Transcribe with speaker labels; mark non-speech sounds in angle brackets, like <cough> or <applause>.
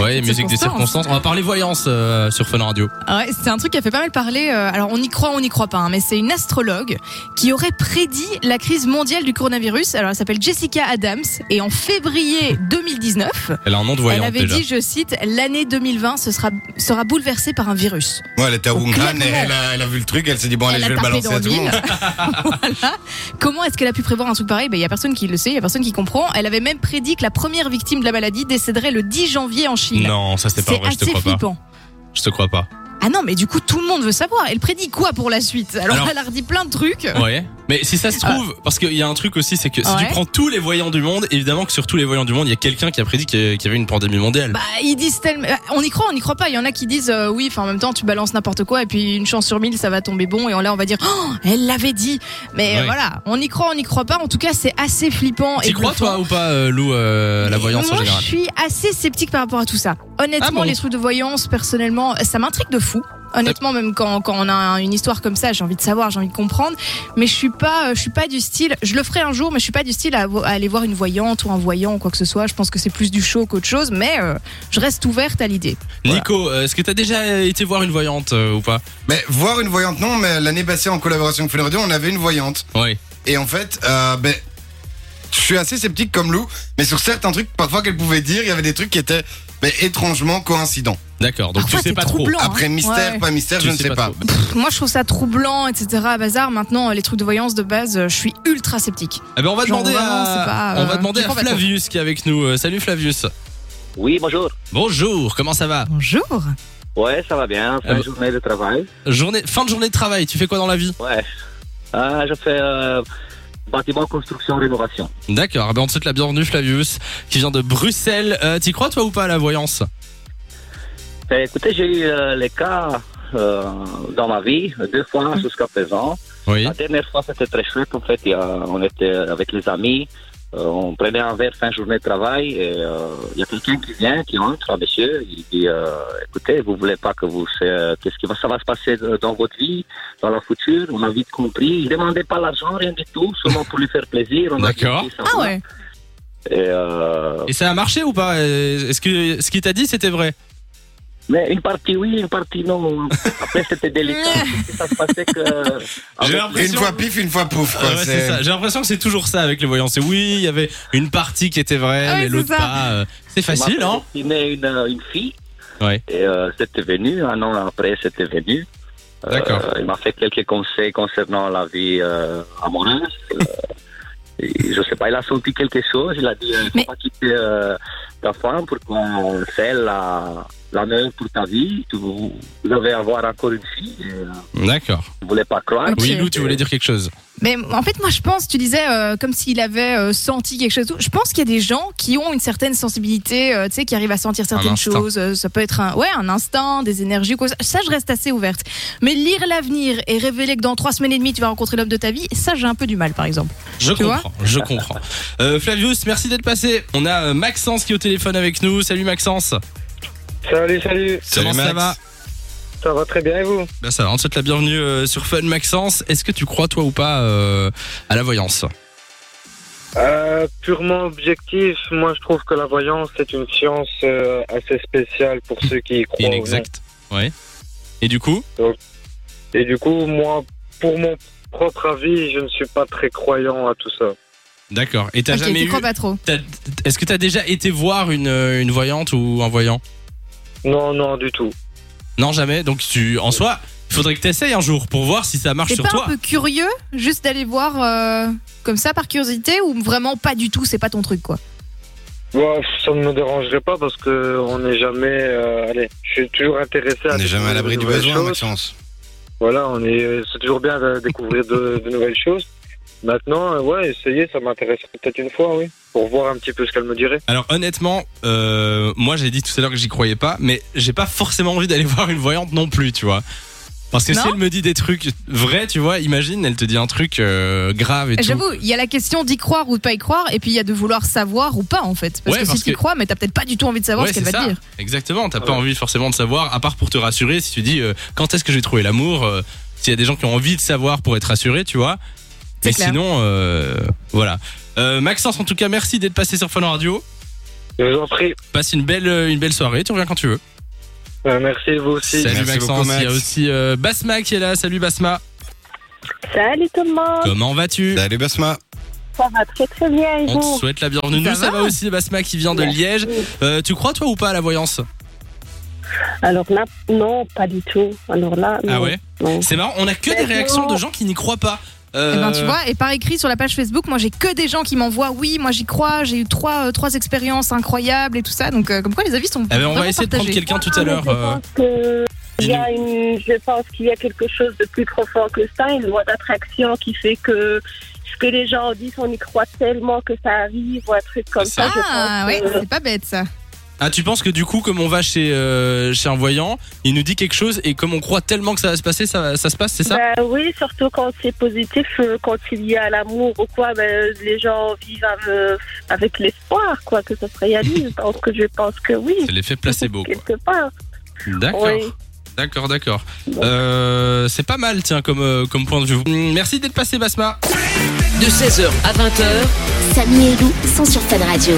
Speaker 1: Ouais, musique des
Speaker 2: circonstances.
Speaker 1: circonstances. On va parler voyance euh, sur Fun Radio.
Speaker 2: Ah ouais, c'est un truc qui a fait pas mal parler. euh, alors on y croit, on n'y croit pas, hein, mais c'est une astrologue qui aurait prédit la crise mondiale du coronavirus. Alors elle s'appelle Jessica Adams et en février 2019,
Speaker 1: Elle a un nom de
Speaker 2: elle
Speaker 1: voyante
Speaker 2: avait
Speaker 1: déjà.
Speaker 2: dit, je cite, l'année 2020 ce sera sera bouleversée par un virus.
Speaker 3: Ouais, elle était à
Speaker 2: Au
Speaker 3: Wuhan et
Speaker 2: claquement.
Speaker 3: elle a, elle a vu le truc, elle s'est dit
Speaker 1: Oh,
Speaker 3: bon, allez,
Speaker 2: Elle
Speaker 3: je
Speaker 2: a
Speaker 3: vais le
Speaker 2: tapé
Speaker 3: balancer
Speaker 2: dans
Speaker 3: à tout le monde.
Speaker 2: <laughs> voilà. Comment est-ce qu'elle a pu prévoir un truc pareil Ben, Il y a personne qui le sait, il y a personne qui comprend. Elle avait même prédit que la première victime de la maladie décéderait le 10 janvier en Chine.
Speaker 1: Non, ça c'est pas
Speaker 2: c'est
Speaker 1: vrai, je te
Speaker 2: assez
Speaker 1: crois pas.
Speaker 2: flippant.
Speaker 1: Je te crois pas.
Speaker 2: Ah non, mais du coup, tout le monde veut savoir. Elle prédit quoi pour la suite Alors,
Speaker 1: Alors-
Speaker 2: elle a redit plein de trucs.
Speaker 1: Ouais. Mais si ça se trouve, parce qu'il y a un truc aussi, c'est que si tu
Speaker 2: Ah. Ouais.
Speaker 1: prends tous les voyants du monde, évidemment que sur tous les voyants du monde, il y a quelqu'un qui a prédit qu'il y qu'il y avait une pandémie mondiale.
Speaker 2: Bah, ils disent tellement. On y croit, on n'y croit pas. Il y en a qui disent euh, oui, enfin en même temps, tu balances n'importe quoi et puis une chance sur mille, ça va tomber bon. Et là, on va dire, oh, elle l'avait dit. Mais
Speaker 1: Ouais.
Speaker 2: euh, voilà, on y croit, on n'y croit pas. En tout cas, c'est assez flippant.
Speaker 1: T'y
Speaker 2: et
Speaker 1: crois
Speaker 2: bluffant.
Speaker 1: toi ou pas, euh, Lou, euh, la
Speaker 2: Mais
Speaker 1: voyance en
Speaker 2: Moi,
Speaker 1: général
Speaker 2: je suis assez sceptique par rapport à tout ça. Honnêtement,
Speaker 1: Ah bon
Speaker 2: les trucs de voyance, personnellement, ça m'intrigue de fou. Honnêtement, même quand, quand on a une histoire comme ça, j'ai envie de savoir, j'ai envie de comprendre. Mais je suis pas, euh, je suis pas du style. Je le ferai un jour, mais je suis pas du style à, vo- à aller voir une voyante ou un voyant ou quoi que ce soit. Je pense que c'est plus du show qu'autre chose, mais euh, je reste ouverte à l'idée. Voilà.
Speaker 1: Nico, euh, est-ce que t'as déjà été voir une voyante euh, ou pas
Speaker 3: Mais voir une voyante, non, mais l'année passée en collaboration avec Fun Radio, on avait une voyante.
Speaker 1: Ouais.
Speaker 3: Et en fait, euh, ben, je suis assez sceptique comme Lou, mais sur certains trucs, parfois qu'elle pouvait dire, il y avait des trucs qui étaient ben, étrangement coïncidents.
Speaker 1: D'accord, donc
Speaker 2: Parfois,
Speaker 1: tu sais
Speaker 2: c'est
Speaker 1: pas trop.
Speaker 2: troublant, hein.
Speaker 3: Après mystère,
Speaker 2: Ouais.
Speaker 3: pas mystère,
Speaker 1: Tu
Speaker 3: je ne sais pas.
Speaker 1: trop. <laughs>
Speaker 2: Pff, Moi, je trouve ça troublant, etc. Bazar. Maintenant, les trucs de voyance de base, euh, je suis ultra sceptique.
Speaker 1: Eh ben on va
Speaker 2: Genre,
Speaker 1: demander
Speaker 2: vraiment,
Speaker 1: à,
Speaker 2: c'est pas,
Speaker 1: on va
Speaker 2: euh,
Speaker 1: demander
Speaker 2: je
Speaker 1: à
Speaker 2: crois pas trop.
Speaker 1: Flavius qui est avec nous. Euh, salut Flavius.
Speaker 4: Oui, bonjour.
Speaker 1: Bonjour, comment ça va
Speaker 2: Bonjour.
Speaker 4: Ouais, ça va bien. Fin
Speaker 1: Euh,
Speaker 4: de journée de travail.
Speaker 1: Journée, fin de journée de travail. Tu fais quoi dans la vie
Speaker 4: Ouais. Ah, je fais euh, bâtiment, construction, rénovation.
Speaker 1: D'accord. eh Ben on te souhaite la bienvenue Flavius, qui vient de Bruxelles. Euh, T'y crois toi ou pas à la voyance
Speaker 4: Eh, écoutez, j'ai eu euh, les cas euh, dans ma vie deux fois jusqu'à présent.
Speaker 1: Oui.
Speaker 4: La dernière fois, c'était très chouette. En fait, il y a- on était avec les amis. euh, on prenait un verre fin de journée de travail et euh, il y a quelqu'un qui vient, qui entre, un monsieur, il dit euh, écoutez, vous voulez pas que vous, euh, qu'est-ce qui va, ça va se passer euh, dans votre vie, dans la future On a vite compris. Il demandait pas l'argent, rien du tout, seulement pour lui faire plaisir. On a dit,
Speaker 1: D'accord.
Speaker 4: Ok, ça
Speaker 2: Ah
Speaker 4: va.
Speaker 2: ouais.
Speaker 4: Et, euh,
Speaker 1: Et ça a marché ou pas Euh, Est-ce que ce qu'il t'a dit c'était vrai
Speaker 4: mais une partie oui, une partie non. Après, c'était
Speaker 2: <laughs>
Speaker 4: délicat. ça se passait que.
Speaker 1: J'ai
Speaker 4: avec-
Speaker 1: l'impression-
Speaker 3: Une fois pif, une fois pouf. quoi,
Speaker 1: Euh, ouais, c'est
Speaker 3: c'est-
Speaker 1: ça. J'ai l'impression que c'est toujours ça avec les voyants. C'est oui, il y avait une partie qui était vraie,
Speaker 2: Ah ouais,
Speaker 1: mais
Speaker 2: c'est
Speaker 1: l'autre
Speaker 2: ça.
Speaker 1: pas. euh, C'est facile,
Speaker 4: On
Speaker 1: hein
Speaker 4: m'a dessiné une, euh, une fille.
Speaker 1: Ouais.
Speaker 4: Et euh, c'était venu, un an après, c'était venu. Euh,
Speaker 1: hein D'accord.
Speaker 4: il m'a fait quelques conseils concernant la vie euh, amoureuse. Euh, et je sais pas, il a senti quelque chose. Il a dit euh, faut
Speaker 2: Mais-
Speaker 4: pas quitter euh, ta femme pour qu'on fasse la, la meilleure pour ta vie. Tu vous devez avoir encore une fille. Et, euh,
Speaker 1: D'accord.
Speaker 4: je voulais pas croire.
Speaker 2: Ok.
Speaker 1: Oui, Lou, tu voulais dire quelque chose
Speaker 2: Mais en fait, moi, je pense, tu disais, euh, comme s'il avait euh, senti quelque chose. Je pense qu'il y a des gens qui ont une certaine sensibilité, euh, tu sais, qui arrivent à sentir certaines
Speaker 1: instinct.
Speaker 2: choses. Euh, ça peut être un, ouais, un instinct, des énergies. Quoi. Ça, je reste assez ouverte. Mais lire l'avenir et révéler que dans trois semaines et demie, tu vas rencontrer l'homme de ta vie, ça, j'ai un peu du mal, par exemple.
Speaker 1: Je
Speaker 2: Tu
Speaker 1: comprends, je comprends. Euh, Flavius, merci d'être passé. On a euh, Maxence qui est au téléphone avec nous. Salut Maxence.
Speaker 5: Salut, salut,
Speaker 3: Salut,
Speaker 1: Comment ça
Speaker 3: Max.
Speaker 1: va
Speaker 5: ça va très bien et vous
Speaker 1: ben, Ça va, on te souhaite la bienvenue euh, sur Fun Maxence. Est-ce que tu crois toi ou pas euh, à la voyance
Speaker 5: euh, Purement objectif, moi je trouve que la voyance c'est une science euh, assez spéciale pour ceux qui y croient. ou non.
Speaker 1: Inexact. Ouais. Et du coup
Speaker 5: Et du coup, moi, pour mon propre avis, je ne suis pas très croyant à tout ça.
Speaker 1: D'accord. Et t'as
Speaker 2: Ok,
Speaker 1: jamais
Speaker 2: tu
Speaker 1: eu...
Speaker 2: crois pas trop.
Speaker 1: t'as- Est-ce que t'as déjà été voir une, euh, une voyante ou un voyant
Speaker 5: Non, non, du tout.
Speaker 1: Non, jamais. Donc tu, en soi, il faudrait que t'essayes un jour pour voir si ça marche
Speaker 2: T'es
Speaker 1: sur
Speaker 2: pas
Speaker 1: toi.
Speaker 2: un peu curieux, juste d'aller voir euh, comme ça, par curiosité, ou vraiment pas du tout, c'est pas ton truc, quoi.
Speaker 5: Ouais, ça ne me dérangerait pas parce que on n'est jamais. euh, allez, je suis toujours intéressé à.
Speaker 3: On n'est jamais à
Speaker 5: découvrir
Speaker 3: l'abri
Speaker 5: de
Speaker 3: du
Speaker 5: nouvelles
Speaker 3: besoin,
Speaker 5: choses.
Speaker 3: Maxence.
Speaker 5: Voilà, on est. C'est toujours bien de découvrir de, de nouvelles choses. Maintenant, euh, ouais, essayer, ça m'intéresserait peut-être une fois, oui, pour voir un petit peu ce qu'elle me dirait.
Speaker 1: Alors honnêtement, euh, moi j'ai dit tout à l'heure que j'y croyais pas, mais j'ai pas forcément envie d'aller <laughs> voir une voyante non plus, tu vois. Parce que si
Speaker 2: Non
Speaker 1: elle me dit des trucs vrais, tu vois, imagine, elle te dit un truc euh, grave et tout.
Speaker 2: J'avoue, il y a la question d'y croire ou de pas y croire, et puis il y a de vouloir savoir ou pas, en fait. Parce
Speaker 1: Ouais,
Speaker 2: que
Speaker 1: parce
Speaker 2: si t'y
Speaker 1: que-
Speaker 2: crois, mais t'as peut-être pas du tout envie de savoir
Speaker 1: Ouais,
Speaker 2: ce qu'elle va
Speaker 1: c'est ça.
Speaker 2: te dire.
Speaker 1: Exactement,
Speaker 3: Ah
Speaker 1: t'as pas
Speaker 5: Ouais.
Speaker 1: envie forcément de savoir, à part pour te rassurer, si tu dis euh, quand est-ce que j'ai trouvé l'amour, euh, s'il y a des gens qui ont envie de savoir pour être rassurés, tu vois.
Speaker 2: C'est
Speaker 1: Mais
Speaker 2: clair.
Speaker 1: sinon, euh, voilà. Euh, Maxence, en tout cas, merci d'être passé sur Fun Radio.
Speaker 5: Je vous en prie.
Speaker 1: Passe une belle, euh, une belle soirée, tu reviens quand tu veux.
Speaker 5: Euh, merci, vous aussi.
Speaker 1: Salut
Speaker 3: Merci
Speaker 1: Maxence,
Speaker 3: beaucoup, Max.
Speaker 1: il y a aussi euh, Basma qui est là. Salut Basma.
Speaker 2: Oh.
Speaker 6: Salut tout le monde,
Speaker 1: Comment vas-tu
Speaker 3: Salut Basma.
Speaker 6: ça va très très bien et
Speaker 1: On te
Speaker 6: vous
Speaker 1: souhaite la bienvenue.
Speaker 2: Ça
Speaker 1: Nous, ça
Speaker 2: va
Speaker 1: va aussi Basma qui vient de Liège. Euh, tu crois toi ou pas à la voyance
Speaker 6: Alors là, non, pas du tout. Alors là, non.
Speaker 1: Ah ouais
Speaker 6: non.
Speaker 1: C'est marrant, on a que des
Speaker 6: Mais
Speaker 1: réactions
Speaker 6: non.
Speaker 1: de gens qui n'y croient pas. Euh,
Speaker 2: Eh ben, tu vois, et par écrit sur la page Facebook, moi j'ai que des gens qui m'envoient oui, moi j'y crois, j'ai eu trois, euh, trois expériences incroyables et tout ça. Donc, euh, comme quoi les avis sont.
Speaker 1: eh ben, on
Speaker 2: vraiment
Speaker 1: va essayer de prendre
Speaker 2: partagés.
Speaker 1: quelqu'un tout à
Speaker 6: Ah, mais
Speaker 1: l'heure.
Speaker 6: Je
Speaker 1: euh,
Speaker 6: pense que il y a une- je pense qu'il y a quelque chose de plus profond que ça, une loi d'attraction qui fait que ce que les gens disent, on y croit tellement que ça arrive ou un truc comme
Speaker 1: C'est ça.
Speaker 6: ça. je
Speaker 2: Ah,
Speaker 6: pense
Speaker 2: ouais,
Speaker 6: que-
Speaker 2: c'est pas bête ça.
Speaker 1: Ah, tu penses que du coup, comme on va chez, euh, chez un voyant, il nous dit quelque chose et comme on croit tellement que ça va se passer, ça, ça se passe, c'est ça
Speaker 6: Ben oui, surtout quand c'est positif, euh, quand il y a l'amour ou quoi, ben, les gens vivent av- euh, avec l'espoir quoi que ça
Speaker 1: <laughs>
Speaker 6: se réalise. Donc je pense que oui,
Speaker 1: C'est l'effet placebo,
Speaker 6: <laughs>
Speaker 1: quoi.
Speaker 6: quelque part.
Speaker 1: D'accord,
Speaker 6: Oui.
Speaker 1: d'accord, d'accord. Euh, c'est pas mal, tiens, comme, euh, comme point de vue. Hum, Merci d'être passé, Basma.
Speaker 7: De 16h à 20h,
Speaker 8: Samy et Lou sont sur Fan Radio.